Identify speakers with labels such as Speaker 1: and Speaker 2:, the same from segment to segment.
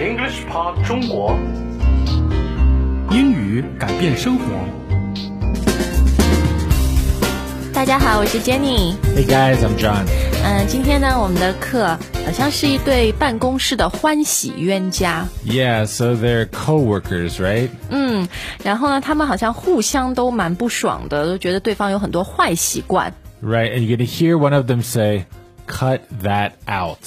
Speaker 1: English Pod 中国
Speaker 2: 英语改变生活。
Speaker 3: 大家好，我是 Jenny。
Speaker 4: Hey guys, I'm John.
Speaker 3: 嗯，今天呢，我们的课好像是一对办公室的欢喜冤家。
Speaker 4: Yeah, so they're coworkers, right?
Speaker 3: 嗯，然后呢，他们好像互相都蛮不爽的，都觉得对方有很多坏习惯。
Speaker 4: Right, and you're gonna hear one of them say, "Cut that out."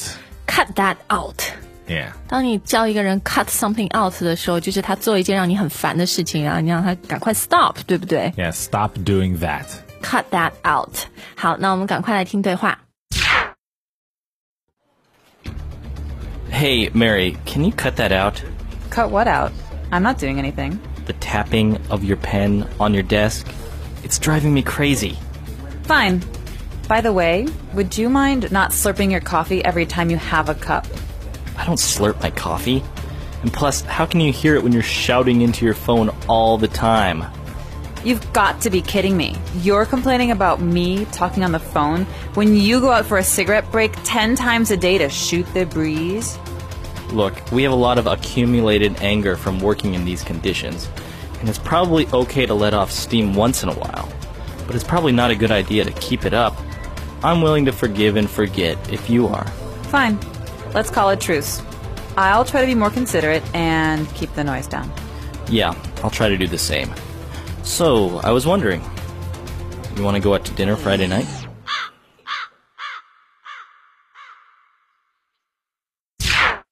Speaker 3: Cut that out。
Speaker 4: Yeah.
Speaker 3: 当你叫一个人 cut something out 的时候，就是他做一件让你很烦的事情，然后你让他赶快 stop，对不对
Speaker 4: Yeah, stop doing that.
Speaker 3: ？Cut that out。好，那我们赶快来听对话。
Speaker 5: Hey, Mary, can you cut that out?
Speaker 6: Cut what out? I'm not doing anything.
Speaker 5: The tapping of your pen on your desk? It's driving me crazy.
Speaker 6: Fine. By the way, would you mind not slurping your coffee every time you have a cup?
Speaker 5: I don't slurp my coffee. And plus, how can you hear it when you're shouting into your phone all the time?
Speaker 6: You've got to be kidding me. You're complaining about me talking on the phone when you go out for a cigarette break 10 times a day to shoot the breeze?
Speaker 5: Look, we have a lot of accumulated anger from working in these conditions, and it's probably okay to let off steam once in a while, but it's probably not a good idea to keep it up. I'm willing to forgive and forget if you are.
Speaker 6: Fine. Let's call a truce. I'll try to be more considerate and keep the noise down.
Speaker 5: Yeah, I'll try to do the same. So, I was wondering, you want to go out to dinner Friday night?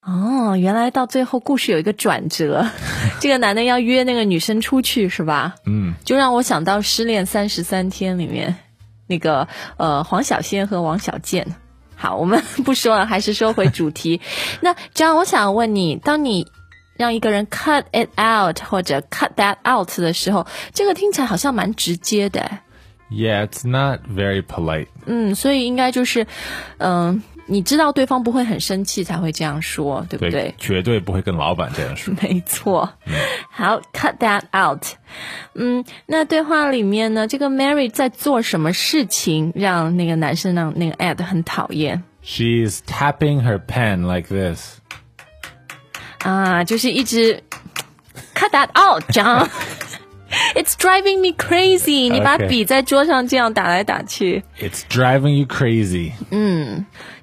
Speaker 3: 哦，原来到最后故事有一个转折， 这个男的要约那个女生出去是吧？嗯，就让我想到《失恋三十三天》里面那个呃黄小仙和王小贱。好，我们不说了，还是说回主 题。那这样，我想问你，当你让一个人 cut it out 或者 cut that out 的时候，这个听起来好像蛮直接的。
Speaker 4: Yeah, it's not very polite.
Speaker 3: 嗯，所以应该就是，嗯、你知道对方不会很生气才会这样说，对不对？
Speaker 4: 绝对不会跟老板这样说。
Speaker 3: 没错，好，cut that out。嗯，那对话里面呢，这个 Mary 在做什么事情让那个男生让那个 Ed 很讨厌
Speaker 4: She's tapping her pen like this.
Speaker 3: 啊？就是一直 cut that out，这样。It's driving me crazy！你把
Speaker 4: Okay
Speaker 3: 笔在桌上这样打来打去
Speaker 4: It's driving you crazy.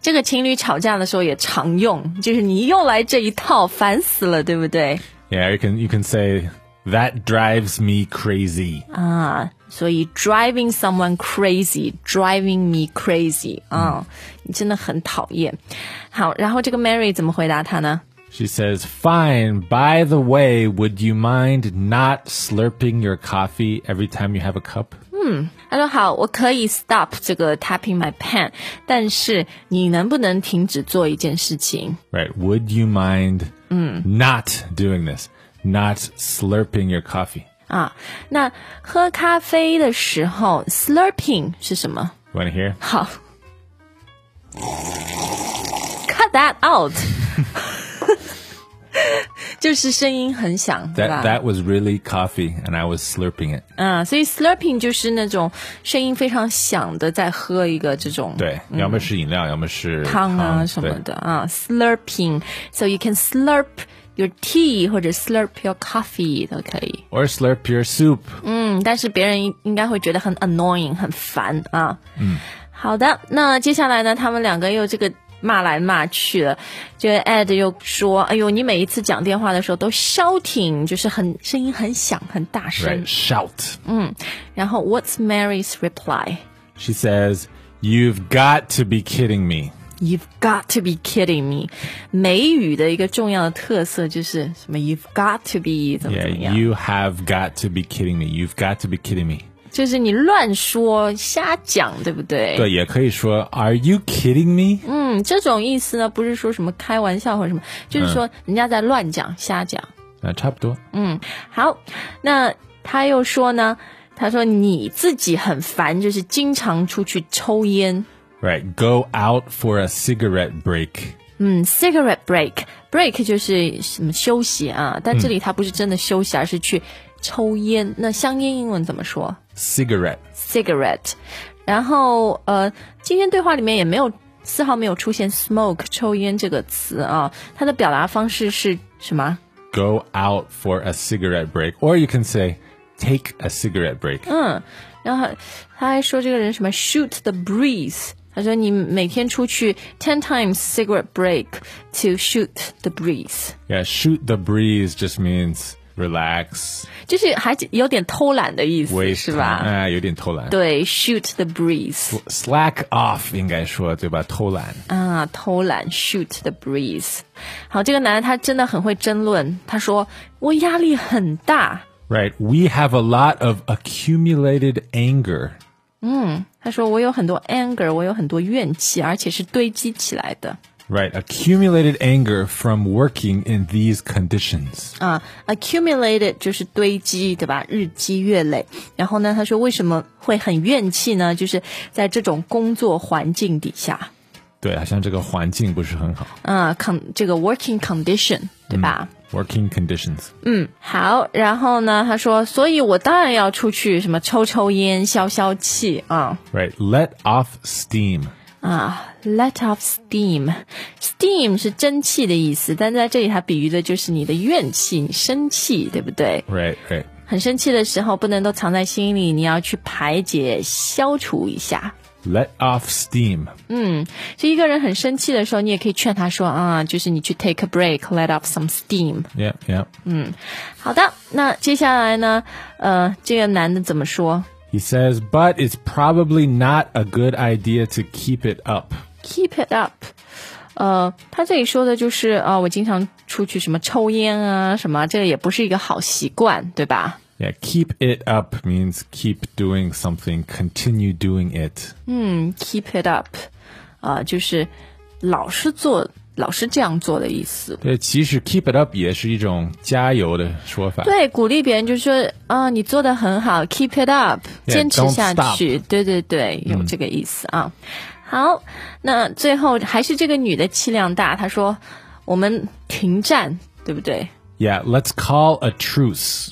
Speaker 3: 这个情侣吵架的时候也常用，就是你又来这一套，烦死了，对不对？
Speaker 4: Yeah, you can you can say that drives me crazy.
Speaker 3: 啊，所以 driving someone crazy, driving me crazy 啊、你真的很讨厌。好，然后这个 Mary 怎么回答他呢？
Speaker 4: She says, "Fine. By the way, would you mind not slurping your coffee every time you have a cup?"
Speaker 3: 他说：“好，我可以 stop 这个 tapping my pen，但是你能不能停止做一件事情
Speaker 4: Right. Would you mind not doing this? Not slurping your coffee.
Speaker 3: 啊？那喝咖啡的时候 slurping 是什么？
Speaker 4: You want to hear?
Speaker 3: 好，cut that out，就是声音很响，对
Speaker 4: That
Speaker 3: 吧？
Speaker 4: that was really coffee, and I was slurping it.
Speaker 3: 啊，所以 slurping 就是那种声音非常响的，在喝一个这种
Speaker 4: 对，要么是饮料，要么是
Speaker 3: 汤啊
Speaker 4: 汤
Speaker 3: 什么
Speaker 4: 对
Speaker 3: 的啊，slurping，so you can slurp your tea 或者 slurp your coffee 都可以。
Speaker 4: ，or slurp your soup.
Speaker 3: 嗯，但是别人应应该会觉得很 annoying，很烦啊。嗯，好的，那接下来呢，他们两个又这个骂来骂去了，这个 Ed 又说：“哎呦，你每一次讲电话的时候都 shouting，就是很声音很响，很大声
Speaker 4: Right, shout.
Speaker 3: 然后 What's Mary's reply？
Speaker 4: She says, "You've got to be kidding me."
Speaker 3: You've got to be kidding me！美语的一个重要的特色就是什么？You've got to be 怎么
Speaker 4: Yeah,
Speaker 3: 怎么样
Speaker 4: you have got to be kidding me. You've got to be kidding me.
Speaker 3: 就是你乱说、瞎讲，对不对？
Speaker 4: 对，也可以说 "Are you kidding me?"
Speaker 3: 嗯，这种意思呢，不是说什么开玩笑或者什么，就是说人家在乱讲、瞎讲。
Speaker 4: 啊，差不多。
Speaker 3: 好，那他又说呢，他说你自己很烦，就是经常出去抽烟。
Speaker 4: Right, go out for a cigarette break.
Speaker 3: 嗯，cigarette break break 就是什么休息啊，但这里他不是真的休息，而是去抽烟。那香烟英文怎么说
Speaker 4: Cigarette.
Speaker 3: ？cigarette。然后呃，今天对话里面也没有丝毫没有出现 smoke 抽烟这个词啊。它的表达方式是什么？
Speaker 4: Go out for a cigarette break. Or you can say, take a cigarette break.
Speaker 3: 然后他还说这个人什么 shoot the breeze，他说你每天出去 ten times cigarette break to shoot the breeze，
Speaker 4: Yeah, shoot the breeze just means relax,
Speaker 3: 就是还有点偷懒的意思，
Speaker 4: waste
Speaker 3: 是吧？
Speaker 4: time。哎，有点偷懒。
Speaker 3: 对，shoot the breeze
Speaker 4: Slack off 应该说对吧？偷懒。
Speaker 3: 啊，偷懒，shoot the breeze。好，这个男的他真的很会争论，他说我压力很大，
Speaker 4: Right. We have a lot of accumulated anger.
Speaker 3: 他说我有很多 anger，我有很多怨气，而且是堆积起来的。
Speaker 4: Right. Accumulated anger from working in these conditions.
Speaker 3: 啊，accumulated 就是堆积，对吧？日积月累。然后呢，他说为什么会很怨气呢？就是在这种工作环境底下，
Speaker 4: 对，好像这个环境不是很好。
Speaker 3: 啊，con 这个 working condition，对吧？
Speaker 4: 嗯 Working conditions.
Speaker 3: 好，然后呢，他说，所以我当然要出去什么抽抽烟、消消气啊
Speaker 4: Right. Let off steam.
Speaker 3: 啊，let off steam。steam 是蒸汽的意思，但在这里它比喻的就是你的怨气、你生气，对不对？
Speaker 4: Right. Right.
Speaker 3: 很生气的时候，不能都藏在心里，你要去排解、消除一下。
Speaker 4: Let off steam.
Speaker 3: 就一个人很生气的时候，你也可以劝他说啊，就是你去 take a break，let off some steam。
Speaker 4: Yeah. Yeah.
Speaker 3: 好的，那接下来呢？呃，这个男的怎么说
Speaker 4: He says, but it's probably not a good idea to keep it up.
Speaker 3: ？Keep it up。呃，他这里说的就是啊、我经常出去什么抽烟啊，什么，这个也不是一个好习惯，对吧？
Speaker 4: Yeah, keep it up means keep doing something, continue doing it.
Speaker 3: 嗯，keep it up，啊、就是老是做，老是这样做的意思。
Speaker 4: 对，其实 keep it up 也是一种加油的说法。
Speaker 3: 对，鼓励别人就说啊、你做的很好，keep it up，
Speaker 4: Yeah,
Speaker 3: 坚持
Speaker 4: don't
Speaker 3: 下
Speaker 4: stop.
Speaker 3: 去。对对对，有这个意思啊。好，那最后还是这个女的气量大，她说我们停战，对不对？
Speaker 4: Yeah, let's call a truce.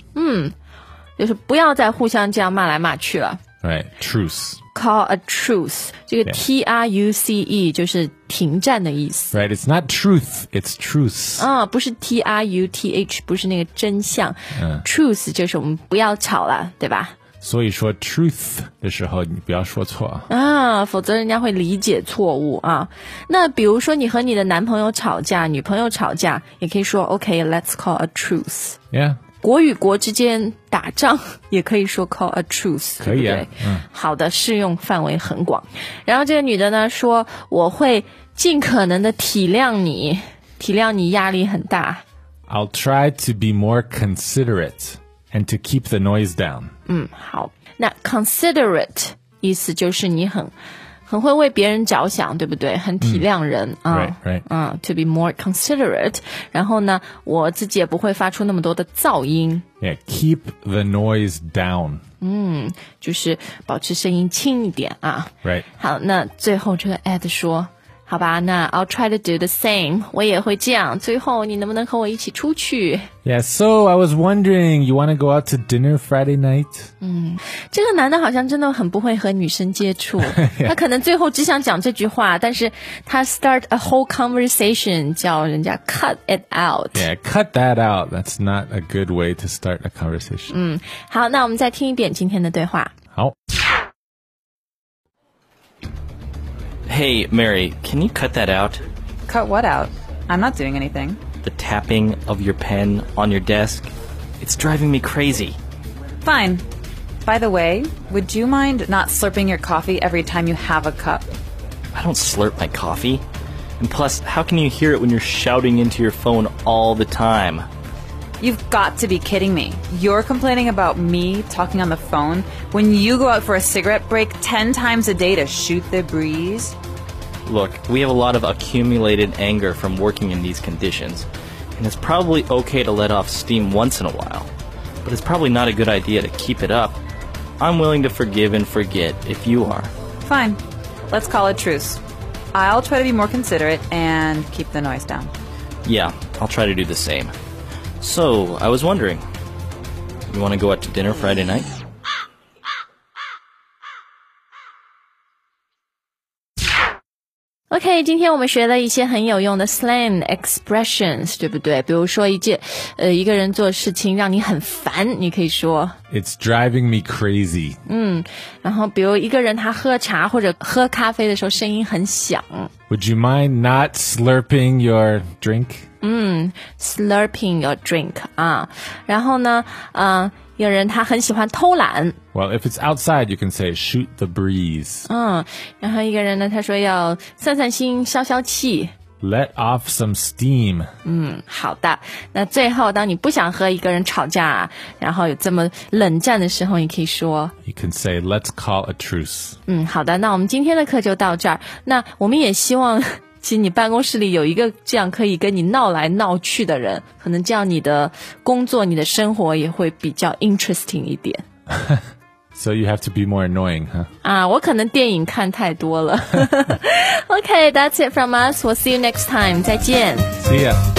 Speaker 3: 就是不要再互相这样骂来骂去了。
Speaker 4: Right, truce.
Speaker 3: Call a truce，这个
Speaker 4: Yeah.
Speaker 3: T R U C E 就是停战的意思
Speaker 4: Right, it's not truth, it's truce.
Speaker 3: 啊，不是 T R U T H，不是那个真相。Truce
Speaker 4: 嗯
Speaker 3: 就是我们不要吵了，对吧？
Speaker 4: 所以说 truth 的时候你不要说错啊。
Speaker 3: 啊，否则人家会理解错误啊。那比如说你和你的男朋友吵架、女朋友吵架，也可以说 OK，let's、call a truce。
Speaker 4: Yeah,
Speaker 3: 国与国之间打仗也可以说 call a truce，
Speaker 4: 可以啊
Speaker 3: 对不对？好的，适用范围很广。然后这个女的呢说，我会尽可能的体谅你，体谅你压力很大。
Speaker 4: I'll try to be more considerate and to keep the noise down.
Speaker 3: 好，那 considerate 意思就是你很很会为别人着想，对不对？很体谅人啊，
Speaker 4: right, right
Speaker 3: 嗯，to be more considerate。然后呢，我自己也不会发出那么多的噪音，
Speaker 4: Yeah, keep the noise down.
Speaker 3: 就是保持声音轻一点啊。
Speaker 4: Right.
Speaker 3: 好，那最后这个 ad 说。好吧，那 I'll try to do the same，我也会这样。最后，你能不能和我一起出去？
Speaker 4: Yeah, so I was wondering, you want to go out to dinner Friday night?
Speaker 3: 这个男的好像真的很不会和女生接触，他可能最后只想讲这句话，但是他 start a whole conversation，叫人家 cut it out。
Speaker 4: Yeah, cut that out. That's not a good way to start a conversation. Oh,
Speaker 3: 好，那我们再听一遍今天的对话。
Speaker 4: 好。
Speaker 5: Hey, Mary, can you cut that out?
Speaker 6: Cut what out? I'm not doing anything.
Speaker 5: The tapping of your pen on your desk? It's driving me crazy.
Speaker 6: Fine. By the way, would you mind not slurping your coffee every time you have a cup?
Speaker 5: I don't slurp my coffee. And plus, how can you hear it when you're shouting into your phone all the time?
Speaker 6: You've got to be kidding me. You're complaining about me talking on the phone when you go out for a cigarette break 10 times a day to shoot the breeze?
Speaker 5: Look, we have a lot of accumulated anger from working in these conditions, and it's probably okay to let off steam once in a while, but it's probably not a good idea to keep it up. I'm willing to forgive and forget if you are.
Speaker 6: Fine. Let's call a truce. I'll try to be more considerate and keep the noise down.
Speaker 5: Yeah, I'll try to do the same. So, I was wondering, you want to go out to dinner Friday night?
Speaker 3: OK，今天我们学了一些很有用的 slang expressions，对不对？比如说一件，呃，一个人做事情让你很烦，你可以说；
Speaker 4: It's driving me crazy.
Speaker 3: 然后比如一个人他喝茶或者喝咖啡的时候声音很响
Speaker 4: Would you mind not slurping your drink?
Speaker 3: ，slurping your drink 啊。然后呢，嗯、有人他很喜欢偷懒，
Speaker 4: Well, if it's outside, you can say shoot the breeze.
Speaker 3: 嗯，然后一个人呢，他说要散散心、消消气。嗯
Speaker 4: Let off some steam.
Speaker 3: 好的，那最后当你不想和一个人吵架，然后有这么冷战的时候，你可以说，
Speaker 4: You can say let's call a truce.
Speaker 3: 嗯，好的，那我们今天的课就到这儿。那我们也希望，其实你办公室里有一个这样可以跟你闹来闹去的人，可能这样你的工作、你的生活也会比较 interesting 一点。
Speaker 4: So you have to be more annoying, huh?
Speaker 3: 啊，我可能电影看太多了。OK，that's、it from us. We'll see you next time. 再见。
Speaker 4: See ya.